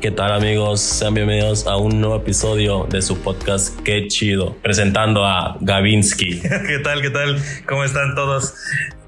¿Qué tal amigos? Sean bienvenidos a un nuevo episodio de su podcast Qué chido, presentando a Gavinsky. ¿Qué tal? ¿Qué tal? ¿Cómo están todos?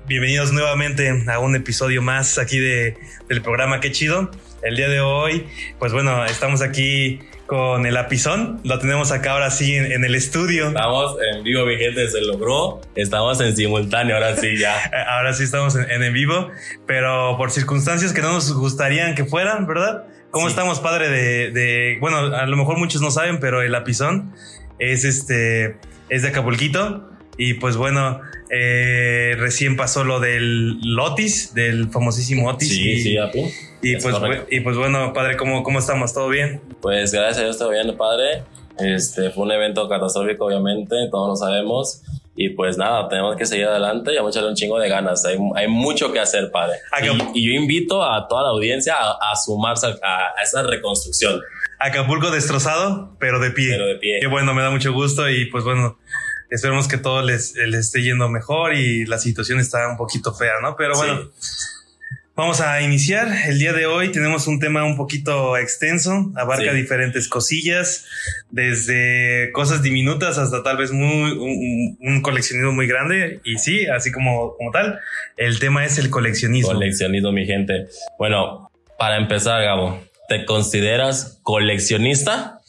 Bienvenidos nuevamente a un episodio más aquí de, del programa Qué chido. El día de hoy, pues bueno, estamos aquí con el apizón. Lo tenemos acá ahora sí en, en el estudio. Estamos en vivo, mi gente, se logró. Estamos en simultáneo, ahora sí ya. Eh, Ahora sí estamos en, en en vivo, pero por circunstancias que no nos gustarían que fueran, ¿verdad? ¿Cómo Sí. estamos, padre? De, de- bueno, a lo mejor muchos no saben, pero el apizón es este, es de Acapulquito. Y pues bueno, eh, recién pasó lo del Otis, del famosísimo Otis. Sí, y, sí, Api. y es pues, correcto. y pues bueno, padre, ¿cómo, cómo estamos? ¿Todo bien? Pues gracias a Dios, todo bien, padre. Este, fue un evento catastrófico, obviamente, todos lo sabemos. Y pues nada, tenemos que seguir adelante y vamos a echarle un chingo de ganas. Hay, hay mucho que hacer, padre. Acá- Y, y yo invito a toda la audiencia a, a sumarse a- a- a esa reconstrucción, Acapulco destrozado, pero de pie. pero de pie. Qué bueno, me da mucho gusto y pues bueno, esperemos que todo les, eh, les esté yendo mejor y la situación está un poquito fea, ¿no? Pero bueno, Sí. Vamos a iniciar. El día de hoy tenemos un tema un poquito extenso, abarca Sí. diferentes cosillas, desde cosas diminutas hasta tal vez muy, un, un- un coleccionismo muy grande. Y sí, así como, como tal, el tema es el coleccionismo. Coleccionismo, mi gente. Bueno, para empezar, Gabo, ¿te consideras coleccionista?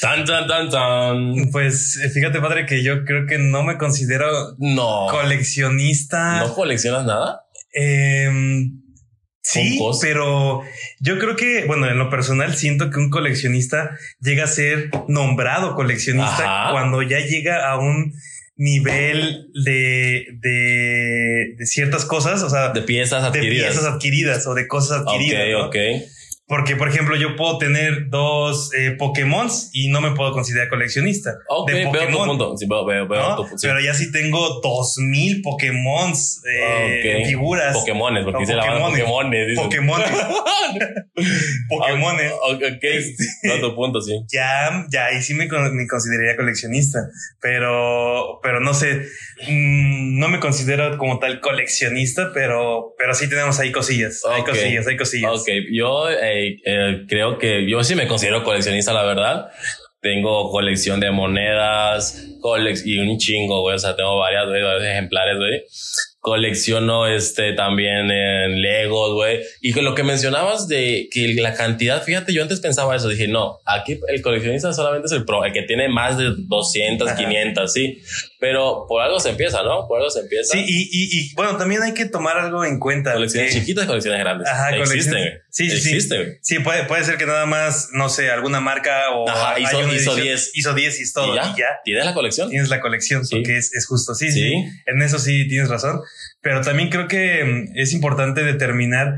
Tan, tan, tan, tan. pues eh, fíjate, padre, que yo creo que no me considero No. coleccionista. ¿No coleccionas nada? Em, sí, Con cosas. pero yo creo que, bueno, en lo personal siento que un coleccionista llega a ser nombrado coleccionista Ajá. cuando ya llega a un nivel de, de, de ciertas cosas, o sea, De de, piezas adquiridas. piezas adquiridas o de cosas adquiridas. ¿no? ok, ok. Porque, por ejemplo, yo puedo tener dos eh, Pokémon y no me puedo considerar coleccionista. Ok, de veo tu Pokémon. punto. Sí, veo, veo, veo ¿no? tu punto. Sí. Pero ya sí tengo dos mil Pokémon Ok. figuras. Pokémones, porque No, dice la banda Pokémones. dice. Pokémones. Pokémones. Ah, Ok, ok. Veo tu punto, sí. Ya, ya ahí sí me, con- me consideraría coleccionista, pero, pero no sé, mm, no me considero como tal coleccionista, pero, pero sí tenemos ahí cosillas, hay Ok. cosillas, hay cosillas. Ok, yo eh, eh, creo que yo sí me considero coleccionista, la verdad. Tengo colección de monedas colec y un chingo, güey. O sea, tengo varias, güey, varios ejemplares, güey. Colecciono este también en Legos, güey. Y con lo que mencionabas de que la cantidad, fíjate, yo antes pensaba eso. Dije, no, aquí el coleccionista solamente es el pro, el que tiene más de 200, Ajá. 500, sí. Pero por algo se empieza, ¿no? Por algo se empieza. Sí, y, y, y, bueno, también hay que tomar algo en cuenta. Colecciones que- chiquitas, colecciones grandes. Ajá, Existen, colecciones- güey. Sí, sí, sí. Existen, güey. Sí, puede, puede ser que nada más, no sé, alguna marca o Ajá, hay hizo- una hizo edición- 10. Hizo 10 y es todo. ¿Y ya? Y ya. ¿Tienes la colección? tienes la colección, Sí. porque es, es justo. Sí, Sí. sí, En eso sí tienes razón. Pero también creo que mm, es importante determinar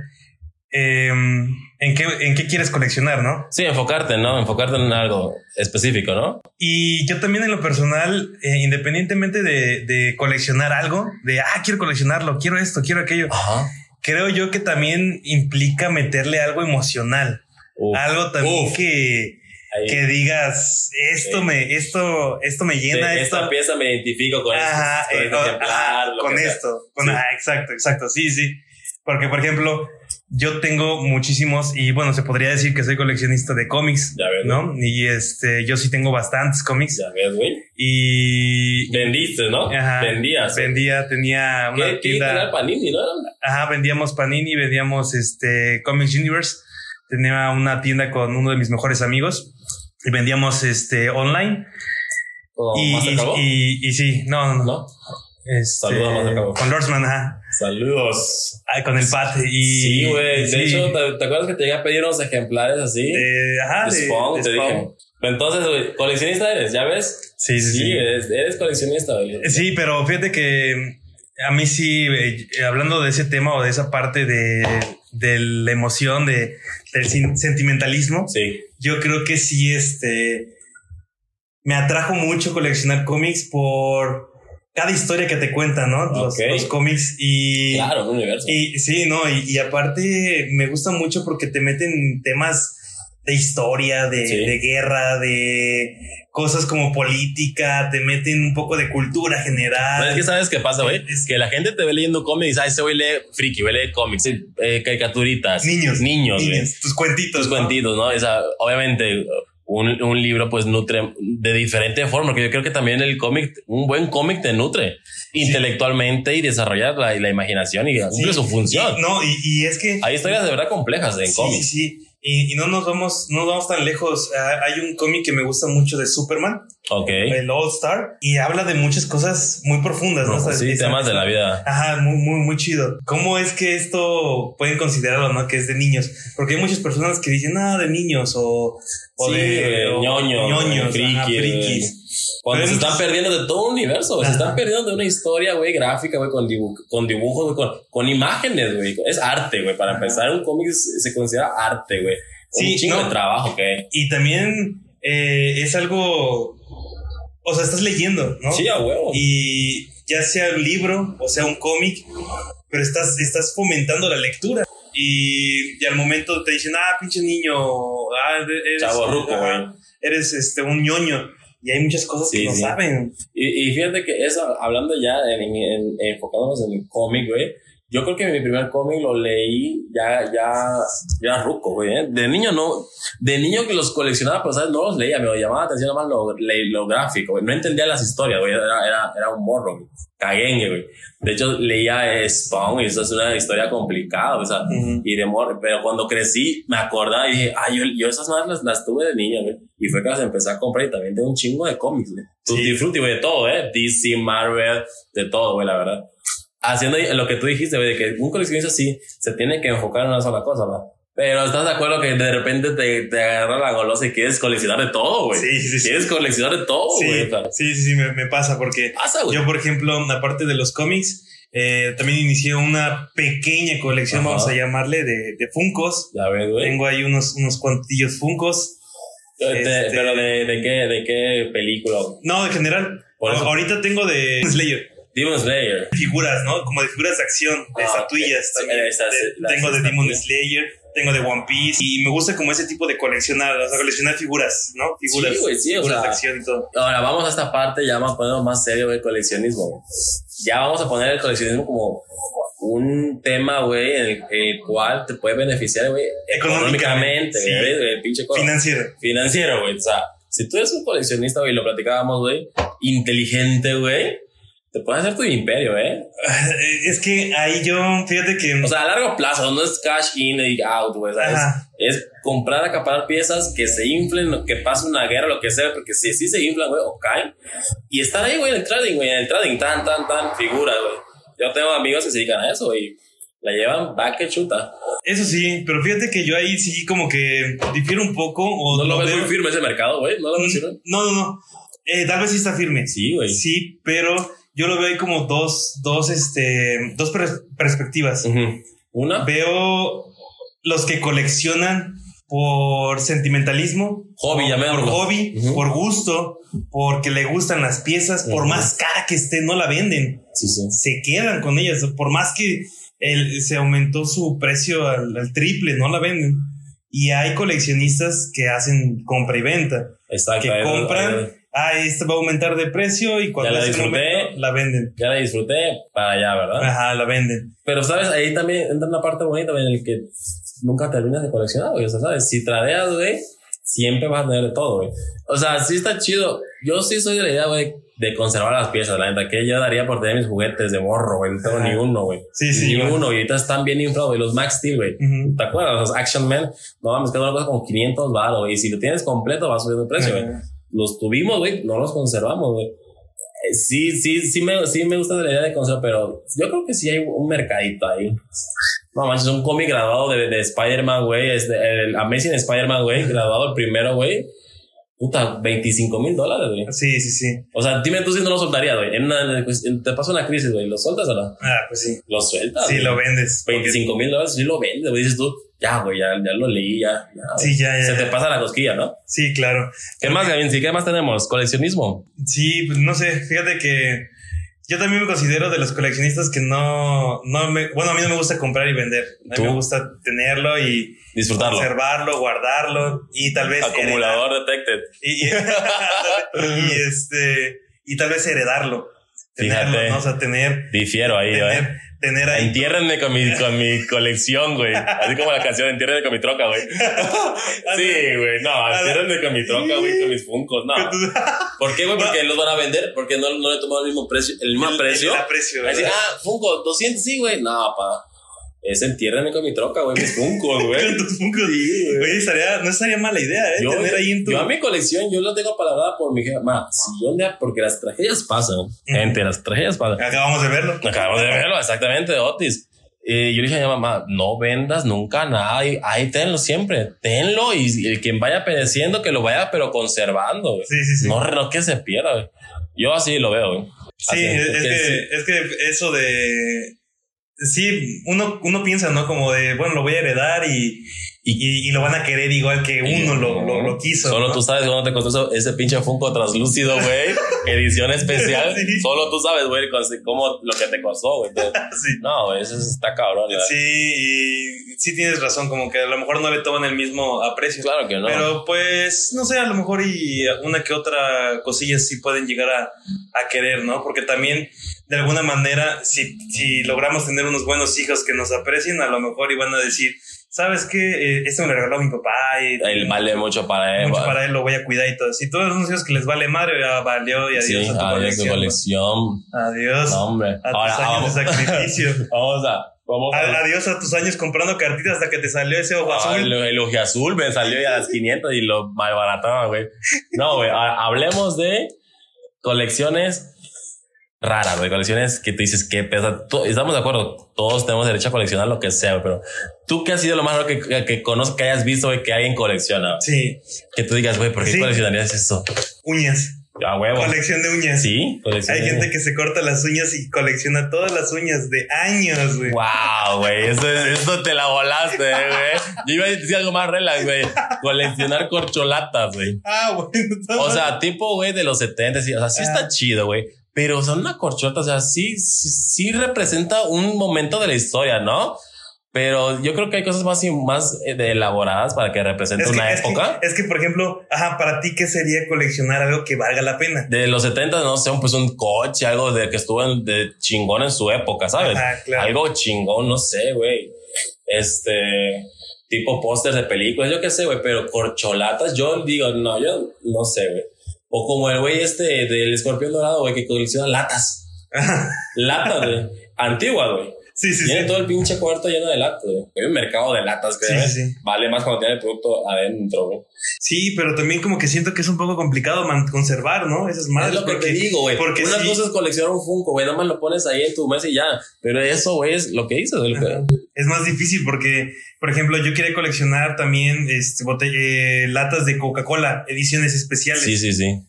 eh, en, qué, en qué quieres coleccionar, ¿no? Sí, enfocarte, ¿no? Enfocarte en algo específico, ¿no? Y yo también en lo personal, eh, independientemente de, de coleccionar algo, de, ah, quiero coleccionarlo, quiero esto, quiero aquello, Ajá. creo yo que también implica meterle algo emocional, Uf, algo también Uf. que, ahí. que digas, esto Sí. me, esto, esto me Sí, llena, esto, Esta pieza me identifico con Ajá, esto, con, eh, este o- ejemplar, ajá, lo con que sea. esto. con- Sí. ah, exacto, exacto. Sí, sí. Porque, por ejemplo, yo tengo muchísimos y bueno, se podría decir que soy coleccionista de cómics, Ya ves, ¿no? Y este, yo sí tengo bastantes cómics Ya ves, güey. y Vendiste, ¿no? Ajá. Vendías. vendía, tenía ¿Qué, una qué era tienda. Panini, no? Ajá, vendíamos Panini, vendíamos este Comics Universe. Tenía una tienda con uno de mis mejores amigos y vendíamos este online. ¿O Y, más se y, acabó? y- y sí, no, no, no. ¿No? Este, Saludos, Mastercabo. Con Lordsman, ajá. Saludos. Ay, con el Pat. Y, sí, güey. De sí. hecho, ¿te, te acuerdas que te llegué a pedir unos ejemplares así? Eh, ajá, de de- Spawn, de te Spawn. dije. Entonces, güey, coleccionista eres, ¿ya ves? Sí, Eh, sí, sí. Eres, eres coleccionista, güey. Sí, pero fíjate que a mí sí, eh, hablando de ese tema o de esa parte de, de la emoción, de, del sin- sentimentalismo, Sí. yo creo que sí, este, me atrajo mucho coleccionar cómics por cada historia que te cuentan, ¿no? Los, Ok. los cómics y... Claro, un universo. Y sí, no, y, y aparte me gusta mucho porque te meten temas de historia, de, Sí. de guerra, de cosas como política, te meten un poco de cultura Pero general. es que sabes qué pasa, güey. Es- Que la gente te ve leyendo cómics. Ah, ese güey lee friki, güey lee cómics, eh, caricaturitas. niños, Niños, güey. niños, tus cuentitos. Tus ¿no? cuentitos, ¿no? O sea, obviamente un, un libro pues nutre de diferente forma, porque yo creo que también el cómic, un buen cómic te nutre intelectualmente y desarrollar la, la imaginación y cumple Sí. su función. Y- no, y, y es que Hay historias de verdad complejas en sí, cómics. sí. Y, y no nos vamos, no nos vamos tan lejos. Ah, hay un cómic que me gusta mucho de Superman, Ok. el All Star, y habla de muchas cosas muy profundas, ¿no? Esas- Sí, esas- temas de la vida. Ajá, muy, muy, muy chido. ¿Cómo es que esto pueden considerarlo, no? Que es de niños. Porque hay muchas personas que dicen, ah, de niños o, o Sí, de de o- ñoños, ñoños, frikis, eh. ajá, güey. frikis. Cuando Pero se hay están muchos- perdiendo de todo un universo, güey. se Ajá. están perdiendo de una historia, güey, gráfica, güey, con, dibu- con dibujos, güey, con, con imágenes, güey. Es arte, güey. Para Ajá. empezar, un cómic se se considera arte, güey. Sí, un chingo no. de trabajo que. Y también eh, es algo. O sea, estás leyendo, ¿no? Sí, a huevo. Y ya sea un libro o sea un cómic, pero estás, estás fomentando la lectura. Y, y al momento te dicen, ah, pinche niño, ah, eres, Chavo ruco, ajá, güey. eres este, un ñoño. Y hay muchas cosas Sí, que no sí. saben. Y, y fíjate que eso, hablando ya, en, en- en- enfocándonos en el cómic, güey. Yo creo que mi primer cómic lo leí ya, ya, ya ruco, güey. ¿eh? De niño no, de niño que los coleccionaba, pero ¿sabes? no los leía, me llamaba la atención nada más lo, le- lo gráfico, güey. No entendía las historias, güey. Era, era, era un morro, güey. Caguengue, güey. De hecho, leía eh, Spawn y eso es una historia complicada, o sea, Ujú. y de morro. Pero cuando crecí, me acordaba y dije, ah, yo, yo esas madres las, las tuve de niño, güey. Y fue que las empecé a comprar y también tengo un chingo de cómics, güey. Tutti Frutti, güey, de todo, ¿eh? DC, Marvel, de todo, güey, la verdad. Haciendo lo que tú dijiste, güey, de que un coleccionista sí se tiene que enfocar en una sola cosa, ¿verdad? Pero estás de acuerdo que de repente te, te agarra la golosa y quieres coleccionar de todo, güey. Sí, sí, sí. Quieres coleccionar de todo, Sí, güey. O sea, sí, sí, sí, me, me pasa porque pasa, güey. yo, por ejemplo, aparte de los cómics, eh, también inicié una pequeña colección, Ajá. vamos a llamarle, de, de Funkos. Ya ves, güey. Tengo ahí unos, unos cuantillos Funkos. Este, este- Pero de, de qué, de qué película. güey? No, en general. Por A- eso- Ahorita tengo de Slayer. Demon Slayer. Figuras, ¿no? Como de figuras de acción, de Ah, estatuillas ok. también. Eh, esas- De- las tengo de Demon estatuillas. Slayer, tengo de One Piece. Y me gusta como ese tipo de coleccionar, o sea, coleccionar figuras, ¿no? Figuras, güey, sí, o figuras sea, de acción y todo. Ahora vamos a esta parte ya más ponernos más serio del coleccionismo. güey. Ya vamos a poner el coleccionismo como un tema, güey, en el, el cual te puede beneficiar, güey, Económicamente, económicamente, sí. güey, güey, pinche cosa. Financiero. financiero, güey. O sea, si tú eres un coleccionista, güey, lo platicábamos, güey, inteligente, güey, te puedes hacer tu imperio, ¿eh? Es que ahí yo, fíjate que. O sea, a largo plazo, no es cash in y out, güey, ¿sabes? Ajá. Es comprar, acaparar piezas que se inflen, que pase una guerra, lo que sea, porque si sí se inflan, güey, o caen. Y estar ahí, güey, en el trading, güey, en el trading, tan, tan, tan, figuras, güey. Yo tengo amigos que se dedican a eso, güey. La llevan back que chuta. Eso sí, pero fíjate que yo ahí sí como que difiero un poco o No lo ves veo- Mm. muy firme ese mercado, güey. No lo ves firme. No, no, no. Eh, tal vez sí está firme. Sí, güey. Sí, pero yo lo veo ahí como dos, dos, este, dos pers- perspectivas. Ujú. Una, Veo los que coleccionan por sentimentalismo, Hobby, por, llamémoslo. por hobby, Ujú. por gusto, porque le gustan las piezas, por Ujú. más cara que esté, no la venden sí, sí. se quedan con ellas, por más que el- se aumentó su precio al, al triple, no la venden. Y hay coleccionistas que hacen compra y venta, Exacto. que ahí- compran, ahí- ah, esta va a aumentar de precio y cuando Ya la es el disfruté. Ah. momento, la venden. Ya la disfruté para allá, ¿verdad? Ajá, la venden. Pero, ¿sabes? Ahí también entra una parte bonita güey, en el que nunca terminas de coleccionar, güey. O sea, ¿sabes? Si tradeas, güey, siempre vas a tener de todo, güey. O sea, sí está chido. Yo sí soy de la idea, güey, de conservar las piezas, la neta. Que yo daría por tener mis juguetes de borro, güey. No tengo Ajá. ni uno, güey. Sí, sí, Ni igual. uno. Y ahorita están bien inflados, güey. Los Max Steel, güey. Ujú. ¿Te acuerdas? Los Action Man, no mames, cada una cosa como 500 baros, güey. Y si lo tienes completo, va subiendo el precio, güey. Ajá. Los tuvimos, güey, no los conservamos, güey. sí, sí, sí me, sí me gusta la idea de consola, pero yo creo que sí hay un mercadito ahí. No manches, un cómic grabado de, de Spider-Man, güey. este, El Amazing Spider-Man, güey. Grabado el primero, güey. Puta, 25 mil dólares, güey. Sí, sí, sí. O sea, dime tú si no lo soltarías, güey. En una- en- te pasa una crisis, güey. ¿Lo sueltas o no? Ah, pues sí. Lo sueltas. Sí, güey. lo vendes. porque- 25 mil dólares, sí lo vendes, güey. Dices tú, ya, güey, ya, ya lo leí, ya. ya, güey. Sí, ya, ya, Se ya. te pasa la cosquilla, ¿no? Sí, claro. ¿Qué más, Gavin? Sí, ¿qué más tenemos? Coleccionismo. Sí, pues no sé, fíjate que yo también me considero de los coleccionistas que no, no me, bueno, a mí no me gusta comprar y vender, a mí ¿Tú? me gusta tenerlo y Disfrutarlo. conservarlo, guardarlo y tal vez heredar- Acumulador detected. y, y, y, este y tal vez heredarlo, tenerlo, Fíjate. ¿no? o sea, tener, Difiero ahí, tener, ¿eh? tener ahí, Entiérrenme con mi, con mi colección, güey. Así como la canción, entiérrenme con mi troca, güey. Sí, güey. No, entiérrenme con mi troca, güey, con mis funcos. No. Ah, ¿Por qué, güey? Porque los van a vender. Porque no, no le he tomado el mismo precio. El mismo precio. el aprecio, Así, ¿verdad? ah, Funko, 200, sí, güey. No, pa. Es entiérrenme con mi troca, güey. Mis funcos, Ah, güey. Con tus Funkos. Oye, estaría, no estaría mala idea, ¿eh? Yo, tener ahí en tu yo a mi colección, yo lo tengo palabrada por mi jefa. Ma, si yo le- porque las tragedias pasan. Gente, las tragedias pasan. Acabamos de verlo. Acabamos de verlo, exactamente, de Otis. Y yo le dije a mi mamá, no vendas nunca nada, y ahí tenlo siempre, tenlo y, el quien vaya pereciendo, que lo vaya pero conservando. güey. Sí, sí, sí. No, no que se pierda. güey. Yo así lo veo. güey. Sí, Así, es, es que, sí. es que eso de. Sí, uno, uno piensa, ¿no? Como de, bueno, lo voy a heredar y, y, y lo van a querer igual que uno lo, lo, lo quiso. Solo ¿no? tú sabes cuando te costó ese pinche Funko translúcido, güey. Edición especial. Sí. Solo tú sabes, güey, con- cómo lo que te costó, güey. Entonces, Sí, No, güey, eso está cabrón. ¿verdad? sí, y sí tienes razón, como que a lo mejor no le toman el mismo aprecio. Claro que no. Pero pues, no sé, a lo mejor y una que otra cosilla sí pueden llegar a, a querer, ¿no? Porque también, de alguna manera, si, si logramos tener unos buenos hijos que nos aprecien, a lo mejor y van a decir, ¿sabes qué? Eh, esto me lo regaló mi papá. Y, Él vale mucho para él. mucho va- para él, lo voy a cuidar y todo. Si todos los hijos que les vale madre, ya valió y adiós Sí, a tu adiós tu colección. colección. ¿no? Adiós No, hombre. a tus Ahora, años vamos, de sacrificio. vamos a. Vamos A- a. adiós a tus años comprando cartitas hasta que te salió ese ojo Ah, el, azul. el ojiazul me salió ya a las 500 y lo malbarataban, güey. No, güey, ahora hablemos de colecciones raras, güey. Colecciones que tú dices que pesa. Tú- Estamos de acuerdo, todos tenemos derecho a coleccionar lo que sea, güey, pero tú qué has sido lo más raro que, que, que conozcas, que hayas visto, güey, que alguien colecciona. Sí, Que tú digas, güey, ¿por qué Sí. coleccionarías eso? uñas. A huevo. Colección de uñas. Sí, Hay gente que se corta las uñas y colecciona todas las uñas de años, güey. Wow, güey, eso, eso te la volaste, eh, güey. Yo iba a decir algo más relax, güey. Coleccionar corcholatas, güey. Ah, bueno. todo- O sea, tipo, güey, de los 70, sí, o sea, sí está Ah. chido, güey. Pero son una corcholata, o sea, sí, sí, sí representa un momento de la historia, ¿no? Pero yo creo que hay cosas más y más eh, de elaboradas para que represente una es, época. que, es que, por ejemplo, ajá, para ti, ¿qué sería coleccionar algo que valga la pena? De los 70, no sé, un- pues un coche, algo de que estuvo en- de chingón en su época, ¿sabes? Ajá, Ah, claro. Pues, Algo chingón, no sé, güey. Este, tipo pósters de películas, yo qué sé, güey, pero corcholatas, yo digo, no, yo no sé, güey. O como el güey este del escorpión dorado, güey, que colecciona latas. latas, güey. Antiguas, güey. Sí, sí, Tiene sí. todo el pinche cuarto lleno de latas, güey. Hay un mercado de latas, que Sí, ¿sabes? sí, sí. Vale más cuando tiene el producto adentro, güey. Sí, pero también como que siento que es un poco complicado man- conservar, ¿no? Esas madres. es lo que porque- te digo, güey. Porque Unas sí. cosas coleccionar un Funko, güey. Nada más lo pones ahí en tu mesa y ya. Pero eso, güey, es lo que dices. güey. Ajá. Es más difícil porque, por ejemplo, yo quería coleccionar también este, bote- eh, latas de Coca-Cola, ediciones especiales. Sí, sí, sí.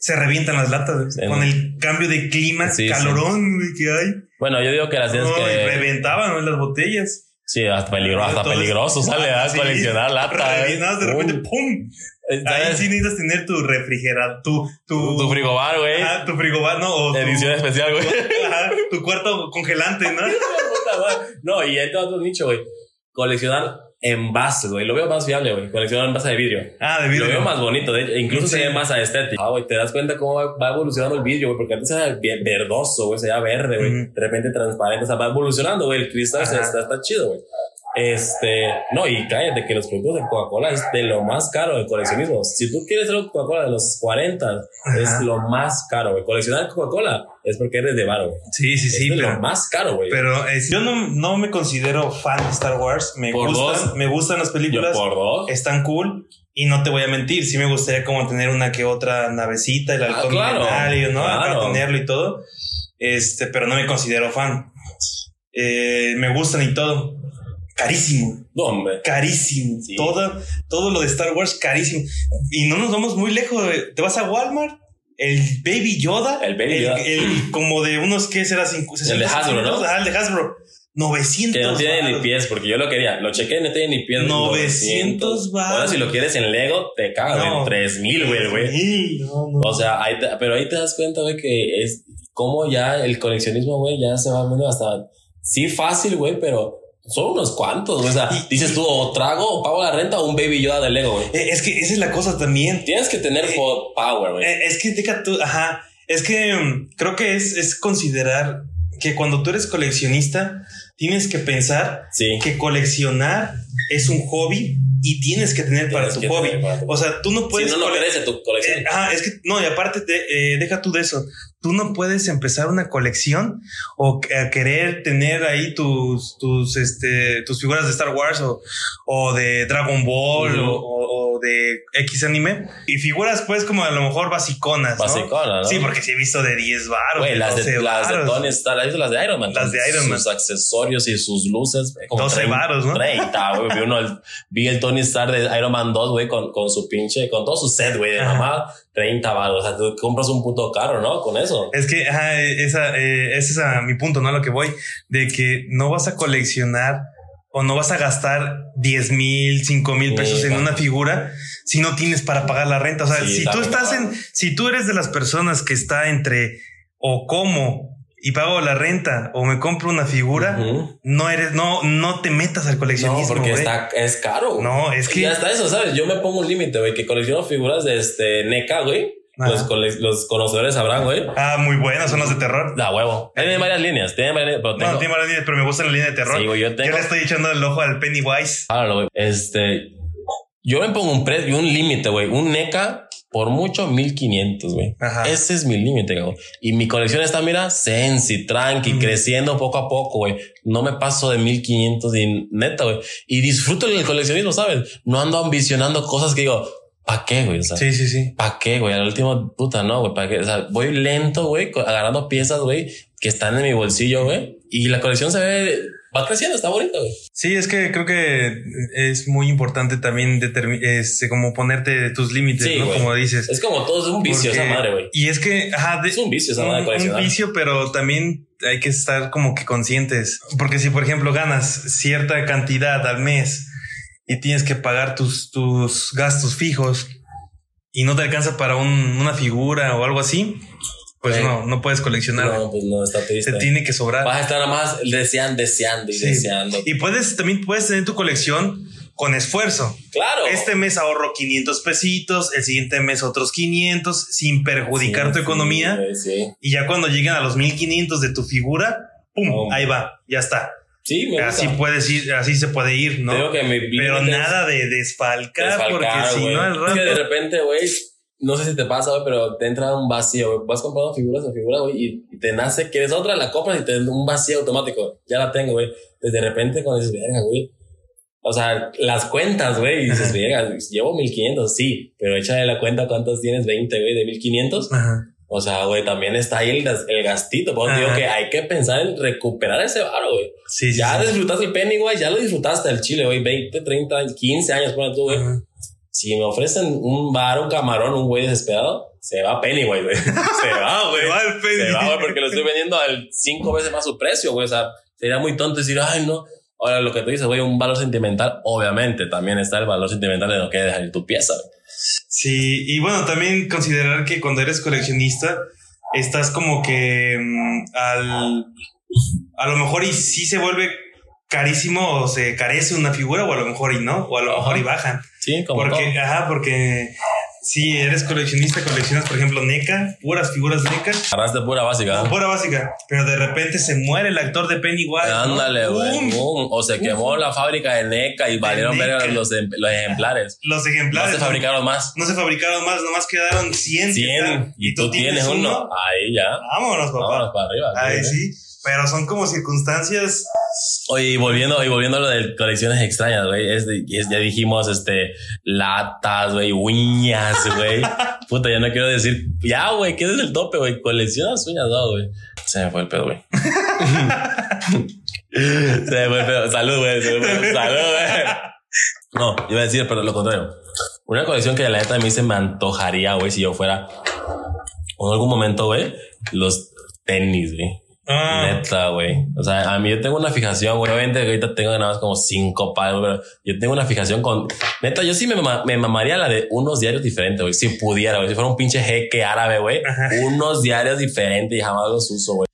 Se revientan las latas güey, Sí, con no. el cambio de clima, Sí, sí. calorón güey, que hay. Bueno, yo digo que las tienes No, y que. reventaban ¿no? las botellas. Sí, hasta peligroso, hasta Todo es- peligroso sale a Sí. coleccionar lata. güey. Revientas, de repente, ¡pum! Uy, Ahí ¿sabes? sí necesitas tener tu refrigerador, tu, Tu tu, tu frigobar, güey. Ah, tu frigobar, ¿no? O tu, Edición especial, güey. Ajá, tu cuarto congelante, ¿no? Puta madre. no, y hay todo otro nicho, güey. Coleccionar envases, güey. Lo veo más viable, güey. Coleccionar envases de vidrio. Ah, de Lo vidrio. veo más bonito, de hecho, incluso Sí. se ve más estético. Ah, güey, te das cuenta cómo va va evolucionando el vidrio, güey, porque antes era bien verdoso, güey, se veía verde, güey, Ujú. de repente transparente, o sea, va evolucionando, güey, el cristal se- Ajá. está, está chido, güey. Este, no, y cállate que los productos de Coca-Cola es de lo más caro de coleccionismo. Si tú quieres algo Coca-Cola de los 40, es lo más caro, güey. Coleccionar Coca-Cola es porque eres de varo, güey. Sí, sí, sí, es de pero... Este lo más caro, güey. Pero es- yo no, no me considero fan de Star Wars. Me Por gustan, dos. me gustan las Yo películas. por dos. Están cool. Y no te voy a mentir, sí me gustaría como tener una que otra navecita, el halcón Ah, claro, milenario, ¿no? Acá claro. tenerlo y todo. Este, pero no me considero fan. Eh, me gustan y todo. Carísimo No, hombre. carísimo. Sí. Todo, todo lo de Star Wars, carísimo. Y no nos vamos muy lejos. güey. Te vas a Walmart, el Baby Yoda. El Baby Yoda. el- como de unos, ¿qué será? Cinco, El de Hasbro, ¿no? Ah, el de Hasbro. 900. Que no tiene ni varos. pies, porque yo lo quería. Lo chequé, no tiene ni pies. 900 varos. Ahora, si lo quieres en Lego, te cago No. en 3000, güey, güey. Sí, no, no. O sea, ahí te- pero ahí te das cuenta, güey, que es como ya el coleccionismo, güey, ya se va viendo hasta. Sí, fácil, güey, pero son unos cuantos, güey. O sea, dices tú, o trago, o pago la renta, o un baby Yoda de Lego, güey. Eh, Es que esa es la cosa también. Tienes que tener po- power, güey. Eh, Es que deja tú, ajá. Es que mm, creo que es, es considerar que cuando tú eres coleccionista, tienes que pensar Sí. que coleccionar es un hobby y tienes que tener para Tienes tu que hobby. tener para tu- O sea, tú no puedes. si no, no cole- crece tu Eh, colección. ajá, es que no, y aparte, de- eh, deja tú de eso. Tú no puedes empezar una colección o que- a querer tener ahí tus, tus, este, tus figuras de Star Wars o, o de Dragon Ball Ujú. o, o- o de X anime y figuras, pues, como a lo mejor basiconas. ¿no? Basicona, ¿no? Sí, porque sí he visto de 10 baros. Güey, las, de, 12 las de varos. Tony Stark, las de- las de Iron Man. Las con de Iron Man. Sus accesorios y sus luces. güey, Como 12 varos, ¿no? 30, güey. Vi, uno, el- vi el Tony Stark de Iron Man 2, güey, con, con su pinche, con todo su set, güey, de Ajá. mamá. 30 baros. O sea, tú compras un puto carro, ¿no? Con eso. Es que ajá, esa, eh, ese es a mi punto, ¿no? A lo que voy, de que no vas a coleccionar o no vas a gastar 10 mil, 5 mil pesos en Ujú. una figura si no tienes para pagar la renta. O sea, Sí, si está tú bien, estás claro. en, si tú eres de las personas que está entre o como y pago la renta o me compro una figura, Ujú. no eres, no, no te metas al No, coleccionismo. porque güey. está, es caro. güey. No, es Y que hasta eso, ¿sabes? Yo me pongo un límite, güey, que colecciono figuras de este NECA, güey. Ajá. Los, cole- los conocedores sabrán, güey. ah, muy buenas son las de terror. Da huevo. Tienen varias líneas, tienen varias líneas, pero No, tengo- no tiene mala línea, pero me gusta la línea de terror. Sí, güey, yo Yo tengo. le estoy echando el ojo al Pennywise. Ahora, güey. Este. Yo me pongo un precio y un límite, güey. Un NECA, por mucho, 1500, güey. Ajá. Ese es mi límite, güey. Y mi colección está, mira, sensi, tranqui, Mm. creciendo poco a poco, güey. No me paso de 1500 y neta, güey. Y disfruto el coleccionismo, ¿sabes? No ando ambicionando cosas que digo, ¿pa' qué, güey? O sea, Sí, sí, sí. ¿Para qué, güey? Al último, puta, no, güey. ¿Para qué? O sea, voy lento, güey, co- agarrando piezas, güey, que están en mi bolsillo, güey. Y la colección se ve, va creciendo, está bonito, güey. Sí, es que creo que es muy importante también determi- este, como ponerte tus límites, Sí, ¿no? güey. Como dices. Es como todo, es un vicio Porque- esa madre, güey. Y es que, ajá, de- Es un vicio esa madre de un, un coleccionar. vicio, pero también hay que estar como que conscientes. Porque si, por ejemplo, ganas cierta cantidad al mes y tienes que pagar tus, tus gastos fijos y no te alcanza para un- una figura o algo así, pues Sí. no, no puedes coleccionar. No, pues no, está Te triste. tiene que sobrar. Vas a estar nada más deseando, deseando y Sí. deseando. Y puedes, también puedes tener tu colección con esfuerzo. claro. Este mes ahorro 500 pesitos, el siguiente mes otros 500, sin perjudicar Sí, tu sí, economía. güey, Sí, Y ya cuando lleguen a los 1500 de tu figura, ¡pum! No. ahí va, ya está. sí, Oh. me Así gusta. puedes ir, así se puede ir, ¿no? Digo que mi Pero límite es nada de desfalcar, desfalcar, porque si güey. no, al Es que de rato. repente, güey, no sé si te pasa, güey, pero te entra un vacío, güey. Vas comprando figuras en figuras, güey, y, y te nace, quieres otra, la compras y te entra un vacío automático. Ya la tengo, güey. Entonces, de repente, cuando dices, verga, güey. O sea, las cuentas, güey, y dices, Ajá. verga, llevo 1500, sí, pero échale la cuenta cuántas tienes, 20, güey, de 1500. Ajá. O sea, güey, también está ahí el, gas- el gastito. Por eso Ajá. digo que hay que pensar en recuperar ese varo, güey. Sí, sí. Ya sí. disfrutaste el penny, güey, ya lo disfrutaste el chile, güey. 20, 30, 15 años, ponle tú, güey. Ajá. Si me ofrecen un bar, un camarón, un güey desesperado, se va penny, güey, güey. Se va, güey. Se va el Se va, güey, penny. porque lo estoy vendiendo al cinco veces más su precio, güey. O sea, sería muy tonto decir, ay, no. Ahora, lo que tú dices, güey, un valor sentimental, obviamente, también está el valor sentimental de lo que dejar tu pieza, güey. Sí, y bueno, también considerar que cuando eres coleccionista, estás como que mm, al. A lo mejor y sí se vuelve carísimo o se carece una figura, o a lo mejor y no, o a lo mejor y bajan. Sí, como Porque, todo. ajá, porque si eres coleccionista, coleccionas, por ejemplo, NECA, puras figuras NECA, Agarraste pura básica. ¿no? pura básica, pero de repente se muere el actor de Pennywise. ¿no? Ándale, güey. ¡Pum! boom. O se quemó la fábrica de NECA y valieron NECA. verga los, em- los ejemplares. Los No ejemplares. se fabricaron más. no se fabricaron más, nomás quedaron 100. 100. Y tú tienes uno. Ahí ya. Vámonos, papá. Vámonos para arriba. Ay, güey. sí. Pero son como circunstancias Oye, y volviendo, y volviendo a lo de colecciones extrañas, güey. Es, de- es- ya dijimos, este, latas, güey, uñas, güey. Puta, ya no quiero decir, ya, güey, ¿qué es el tope, güey? Coleccionas uñas, no, güey. Se me fue el pedo, güey. Se me fue el pedo. Salud, güey. Salud, güey. Salud, güey. No, iba a decir, pero lo contrario. Una colección que la neta a mí se me antojaría, güey, si yo fuera en algún momento, güey, los tenis, güey. Ah, Neta, güey. O sea, a mí yo tengo una fijación, güey. Obviamente que ahorita tengo nada más como cinco palos, pero yo tengo una fijación con... Neta, yo sí me, mama- me mamaría la de unos diarios diferentes, güey. Si pudiera, güey. Si fuera un pinche jeque árabe, güey. Ajá. Unos diarios diferentes y jamás los uso, güey.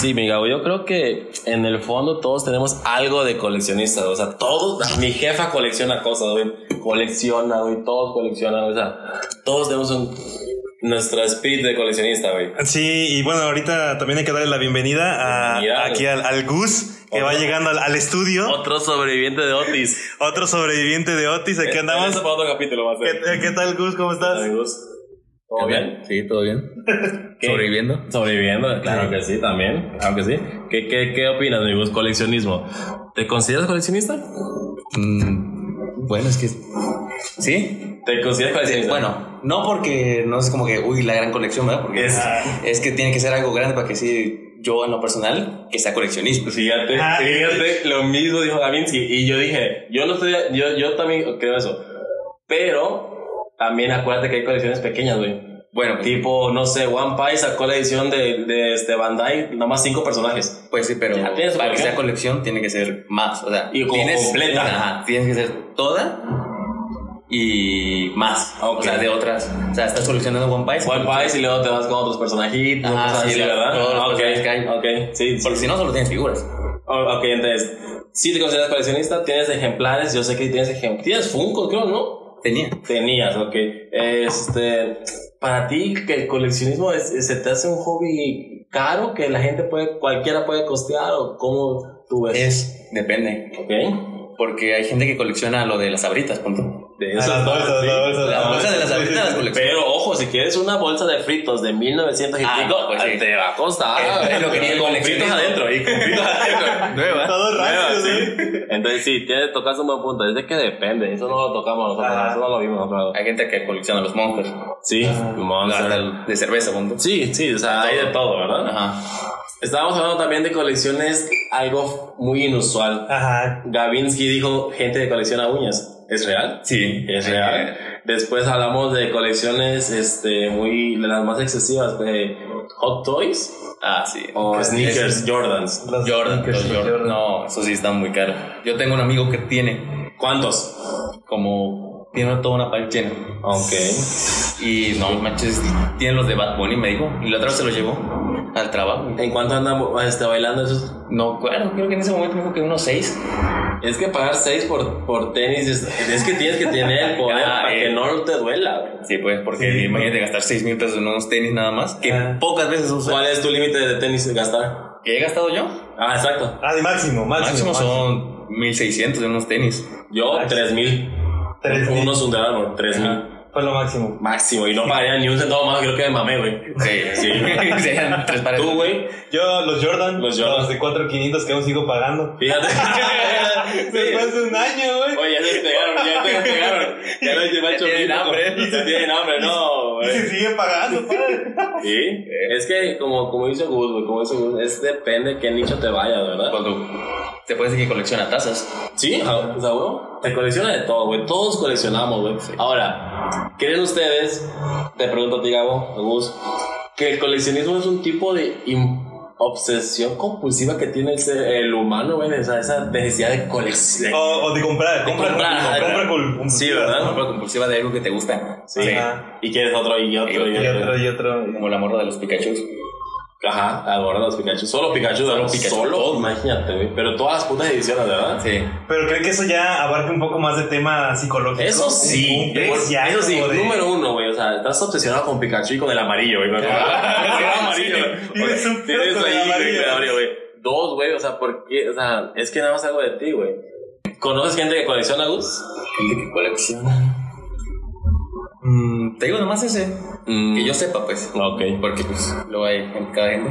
Sí, mi Gabo, yo creo que en el fondo todos tenemos algo de coleccionista, o sea, todos, mi jefa colecciona cosas, güey, colecciona, güey, todos coleccionan, o sea, todos tenemos un, nuestro espíritu de coleccionista, güey. sí, y bueno, ahorita también hay que darle la bienvenida a, Bienvenida, aquí al, al Gus, que va Hola. llegando al, al estudio. Otro sobreviviente de Otis. Otro sobreviviente de Otis, aquí andamos. Eh, Eso para otro capítulo va a ser. ¿Qué, qué tal, Gus? ¿Cómo estás? Amigos, ¿Todo bien? Sí, todo bien. ¿Qué? Sobreviviendo. Sobreviviendo, claro que sí, también. Claro que sí. ¿Qué, qué, qué opinas, amigos? Coleccionismo. ¿Te consideras coleccionista? Mm, bueno, es que. Sí. ¿Te consideras Eh, coleccionista? Bueno, no porque no es como que, uy, la gran colección, ¿verdad? Porque Es- es, es que tiene que ser algo grande para que sí, yo en lo personal, que sea coleccionista. Fíjate, Ah. fíjate, lo mismo dijo Gavinsky. Y yo dije, yo no estoy, yo, yo también creo eso. Pero también acuérdate que hay colecciones pequeñas, güey. Bueno, pues, sí, Tipo, no sé, One Piece sacó la edición de, de este Bandai, nada más cinco personajes. pues sí, pero Ya tienes su para que colección. sea colección tiene que ser más. O sea, Y como tienes completa. ajá, tienes que ser toda y más. Ah, Ok. O sea, de otras. O sea, estás coleccionando One Piece. One Piece y luego te vas con otros personajitos. Ah, cosas sí, así, la- ¿verdad? todos los Ah, ok, personajes que hay. ok, sí. sí. Porque si no, solo tienes figuras. Oh, Ok, entonces, si te consideras coleccionista, tienes ejemplares, yo sé que tienes ejemplares. Tienes Funko, creo, ¿no? Tenía. Tenías, ok. Este, para ti, que el coleccionismo es- es- se te hace un hobby caro que la gente puede, cualquiera puede costear o cómo tú ves. Es. Depende. Ok. Porque hay gente que colecciona lo de las abritas, punto. De Ah, las bolsas, las bolsas. La bolsa de las abritas las colecciona. Pero ojo, si quieres una bolsa de fritos de 1900 y Ah, pico, pues sí. te va a costar. Es- es lo que tiene con coleccionismo. fritos adentro y con fritos adentro. Nueva. Todo rápido, sí. Entonces sí, tienes, tocas un buen punto. Es de que depende. Eso no lo tocamos nosotros. Ajá. Eso no lo vimos nosotros. Hay gente que colecciona los monsters. Sí, Ah. Monster. Hasta el de cerveza, punto. Sí, sí, o sea, hay de todo, ¿verdad? Ajá. Estábamos hablando también de colecciones, algo muy inusual. Ajá. Gavinsky dijo, gente que colecciona uñas. ¿Es real? Sí. Es real. Después hablamos de colecciones este, muy, de las más excesivas, pues, de Hot Toys Ah, sí. o Ok. sneakers, Jordans. Los Jordan, sneakers, los Jordan. No, eso sí está muy caro. Yo tengo un amigo que tiene ¿Cuántos? como. Tiene toda una pared llena. Ok. Y no manches, tiene los de Bad Bunny, me dijo. Y la otra vez se los llevó al trabajo. ¿En cuánto andan este, bailando esos? No acuerdo, creo que en ese momento me dijo que unos seis. Es que pagar 6 por, por tenis es, es que tienes que tener el poder Ah, para eh. que no te duela. güey. Sí, pues, porque Sí. imagínate gastar seis mil pesos en unos tenis nada más. Que Ah. pocas veces uso. ¿Cuál es tu límite de tenis de gastar? ¿Que he gastado yo? Ah, exacto. Ah, de máximo, máximo. Máximo son 1600 en unos tenis. Yo, Ah, 3000. Tres mil. Unos un dólar, 3000. Fue lo máximo. Máximo. Y no pagaría ni un centavo más. Creo que me mamé, güey. Sí, Sí. Serían tres pares. Tú, güey. Yo, los Jordan, Los Jordan. de 4500 que aún sigo pagando. Fíjate. Después Sí. de un año, güey. Oye, ya se despegaron, ya se despegaron. Ya no se Ya tienen hambre. Se tienen hambre, no, Y güey. se sigue pagando, padre. Sí. Es que, como, como dice Gus, güey, como dice Gus, es depende de qué nicho te vayas, ¿verdad? Cuando te puedes decir que colecciona tazas. Sí, a- o sea, güey, te colecciona de todo, güey. Todos coleccionamos, güey. Ahora, ¿creen ustedes, te pregunto a ti, Gabo, a Gus, que el coleccionismo es un tipo de im- obsesión compulsiva que tiene el, ser- el humano, güey? O sea, esa necesidad de coleccionar. O, o de comprar, De comprar, compra, compra, ajá, compra ¿verdad? con- Sí, ¿verdad? ¿no? Compra compulsiva de algo que te gusta. Sí. Ajá. Y quieres otro y otro y Y otro. otro, y otro. Como la morra de los Pikachu. Ajá, ahora los Pikachu. Solo Pikachu, solo Pikachu. Solo, imagínate, güey. Pero todas las putas ediciones, ¿verdad? Sí. Pero creo que eso ya abarca un poco más de tema psicológico. Eso Un- sí, un test por- ya eso sí, como de- número uno, güey. O sea, estás obsesionado con Pikachu y con el amarillo, güey. Con el amarillo, sí, güey. vives Ok, un pedo tienes con el ahí, güey, amarillo. con el amarillo, güey. Dos, güey, o sea, ¿por qué? O sea, es que nada más algo de ti, güey. ¿Conoces gente que colecciona Gus? Gente que colecciona. Mm, te digo nomás ese. Mm. Que yo sepa, pues. Ok, Porque pues luego hay gente- cada gente.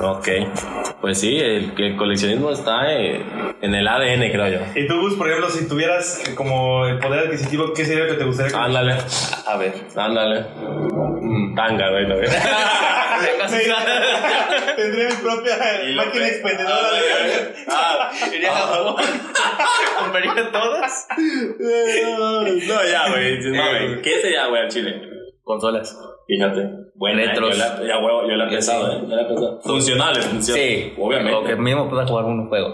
ok. Pues sí, el, el coleccionismo está eh, en el ADN, creo yo. Y tú, Gus, por ejemplo, si tuvieras como el poder adquisitivo, ¿qué sería lo que te gustaría? que- Ándale, A ver. ándale. Mm. Tanga, güey, lo veo. Tendría mi propia Y lo máquina pe- expendedora de Ah, Iría a Japón. Compraría todas. No, ya, güey. No, Eh. güey. ¿Qué sería, güey, al Chile? Consolas. Fíjate. Buen Retros. Yo la, ya, huevo, yo la he Sí. pensado, ¿eh? Yo la he pensado. Funcionales, funcionales. Sí, obviamente. O que mismo pueda jugar un juego.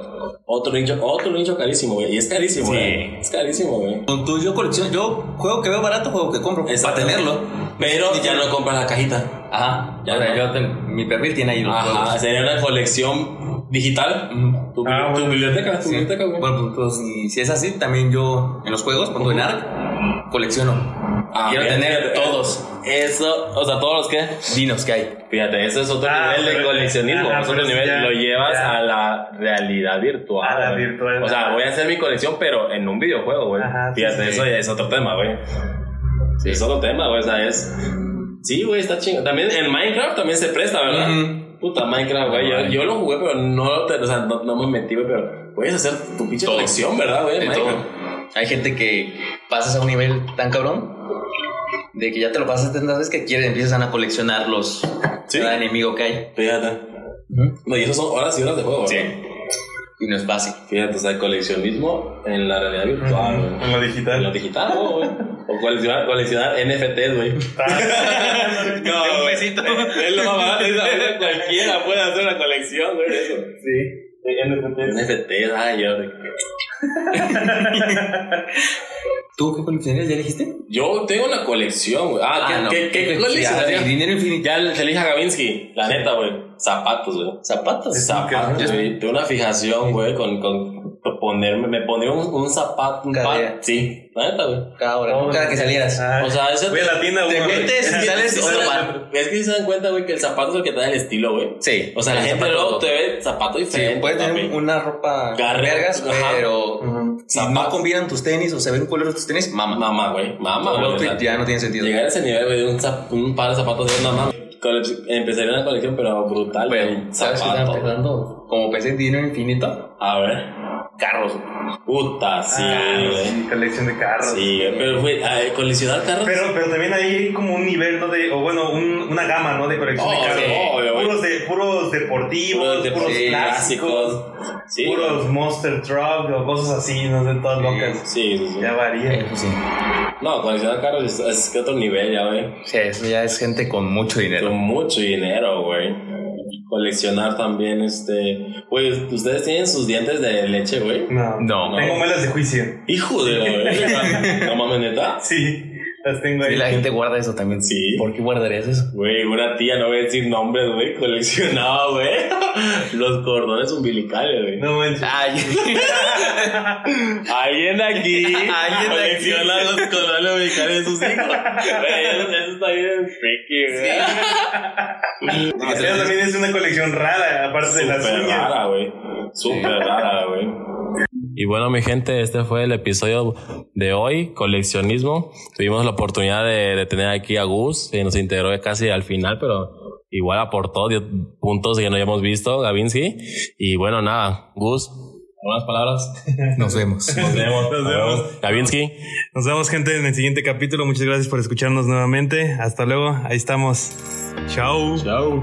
Otro nicho, otro nicho carísimo, güey. Y es carísimo, Sí. güey. Es carísimo, güey. Tú, tú, yo colecciono, yo juego que veo barato, juego que compro. Para tenerlo. Pero ya no compras la cajita. Ajá. Ya o sea, no. yo ten- mi perfil tiene ahí los Ajá, juegos. sería una colección digital. Ujú. Tu, Ah, tu bueno. biblioteca, tu Sí. biblioteca, güey. Bueno, pues, pues, si, si es así, también yo en los juegos, pongo en ARC, colecciono. Ah, Quiero fíjate, tener fíjate. todos Eso, o sea, todos los que. dinos que hay. Fíjate, ese es otro Ah, nivel de pero- coleccionismo. ajá, es otro pero nivel, ya- lo llevas ya. a la realidad virtual. A la güey. virtual. O sea, voy a hacer mi colección, pero en un videojuego, güey. Ajá, sí, Fíjate, sí. eso ya es otro tema, güey. Es otro tema, güey. O sea, es. Sí, güey, está chingo. También en Minecraft también se presta, ¿verdad? Ujú. Puta Minecraft, güey. Yo, yo lo jugué, pero no lo. te- O sea, no, no me metí, güey, pero. Puedes hacer tu pinche Todo. colección, ¿verdad, güey? De Minecraft. todo. Hay gente que pasas a un nivel tan cabrón de que ya te lo pasas tantas veces que quieres, empiezan a coleccionar los Sí. cada enemigo que hay. Fíjate. No, y eso son horas y horas de juego, ¿verdad? Y no es fácil. Fíjate, o sea, coleccionismo en la realidad virtual, güey. En lo En lo digital. digital, ¿no, güey. O coleccionar, coleccionar NFTs, güey. Ah. No, De un güey. besito. Es, es lo más barato. es ahorita cualquiera puede hacer una colección, güey. Eso. Sí. NFT. NFTs, ay, yo. ¿Tú qué coleccionas? ¿Ya dijiste? Yo tengo una colección, güey. Ah, ¿qué, no. qué, qué, Ya, coleccionaría? el Dinero infinito. Ya le- se elige a Gavinsky, la neta, güey. Zapatos, güey. ¿Zapatos? Zapatos, Yo- güey. Tengo una fijación, güey, con, con ponerme. Me pondría un, un zapato, un Cadera. pat- Sí, la neta, güey. Cada hora, cada que salieras. Ah. O sea, ese. Voy a la tienda, Te uno. metes Es y que- sales es que- otro par. Es que se dan cuenta, güey, que el zapato es el que te da el estilo, güey. Sí. O sea, la el gente zapato luego roto. te ve zapato Sí, diferente. puedes tener papi. una ropa Garra- vergas, ajá. pero si no Zapatos. combinan tus tenis o se ven colores tus tenis, mamá. Mamá, güey. Mamá, El güey. o outfit sea, ya no tiene sentido. Llegar a ese nivel, güey, de un, zap- un par de zapatos de una mamá. Colec- Empezaría una colección, pero brutal, güey. Pero, ¿sabes qué estaba Zapatos. pensando? Como pensé en dinero infinito, A ver. carros. Puta, sí, ¿eh? Ah, güey. sí, colección de carros. Sí, güey. Pero, güey, a ver, coleccionar carros. Pero, pero también hay como un nivel, ¿no? De, o bueno, un- una gama, ¿no? De colección Oh, de carros. sí, obvio, güey. puros, de, puros deportivos, Puros de- puros sí, clásicos, Sí. puros Monster Truck o cosas así, no sé, todas Sí. locas. Sí, sí, sí. Ya varía. Eso pues sí. No, coleccionar carros es, es que otro nivel, ya, güey. O sea, eso ya es gente con mucho Con dinero. mucho dinero, güey. Coleccionar también, este. Güey, ¿ustedes tienen sus dientes de leche, güey? No. No. Tengo muelas de juicio. Hijo de la verga. No mames, neta. Sí, las tengo ahí. Y la gente guarda eso también. Sí. ¿Por qué guardarías eso? Güey, una tía, no voy a decir nombres, güey. Coleccionaba, güey. Los cordones umbilicales, güey. No manches. Ay, Ah. Alguien aquí aquí. colecciona los cordones umbilicales de sus hijos. Güey, eso, eso está bien freaky, güey. Esa también es una colección rara, aparte de las Súper suyas. rara, güey. Súper rara, güey. Y bueno, mi gente, este fue el episodio de hoy, coleccionismo. Tuvimos la oportunidad de, de tener aquí a Gus, que nos integró casi al final, pero igual aportó dio puntos que no habíamos visto, Gavinsky. Y bueno, nada, Gus, algunas palabras. nos vemos. Nos vemos. Nos vemos. Gavinsky. Nos vemos, gente, en el siguiente capítulo. Muchas gracias por escucharnos nuevamente. Hasta luego. Ahí estamos. Chao. Chao.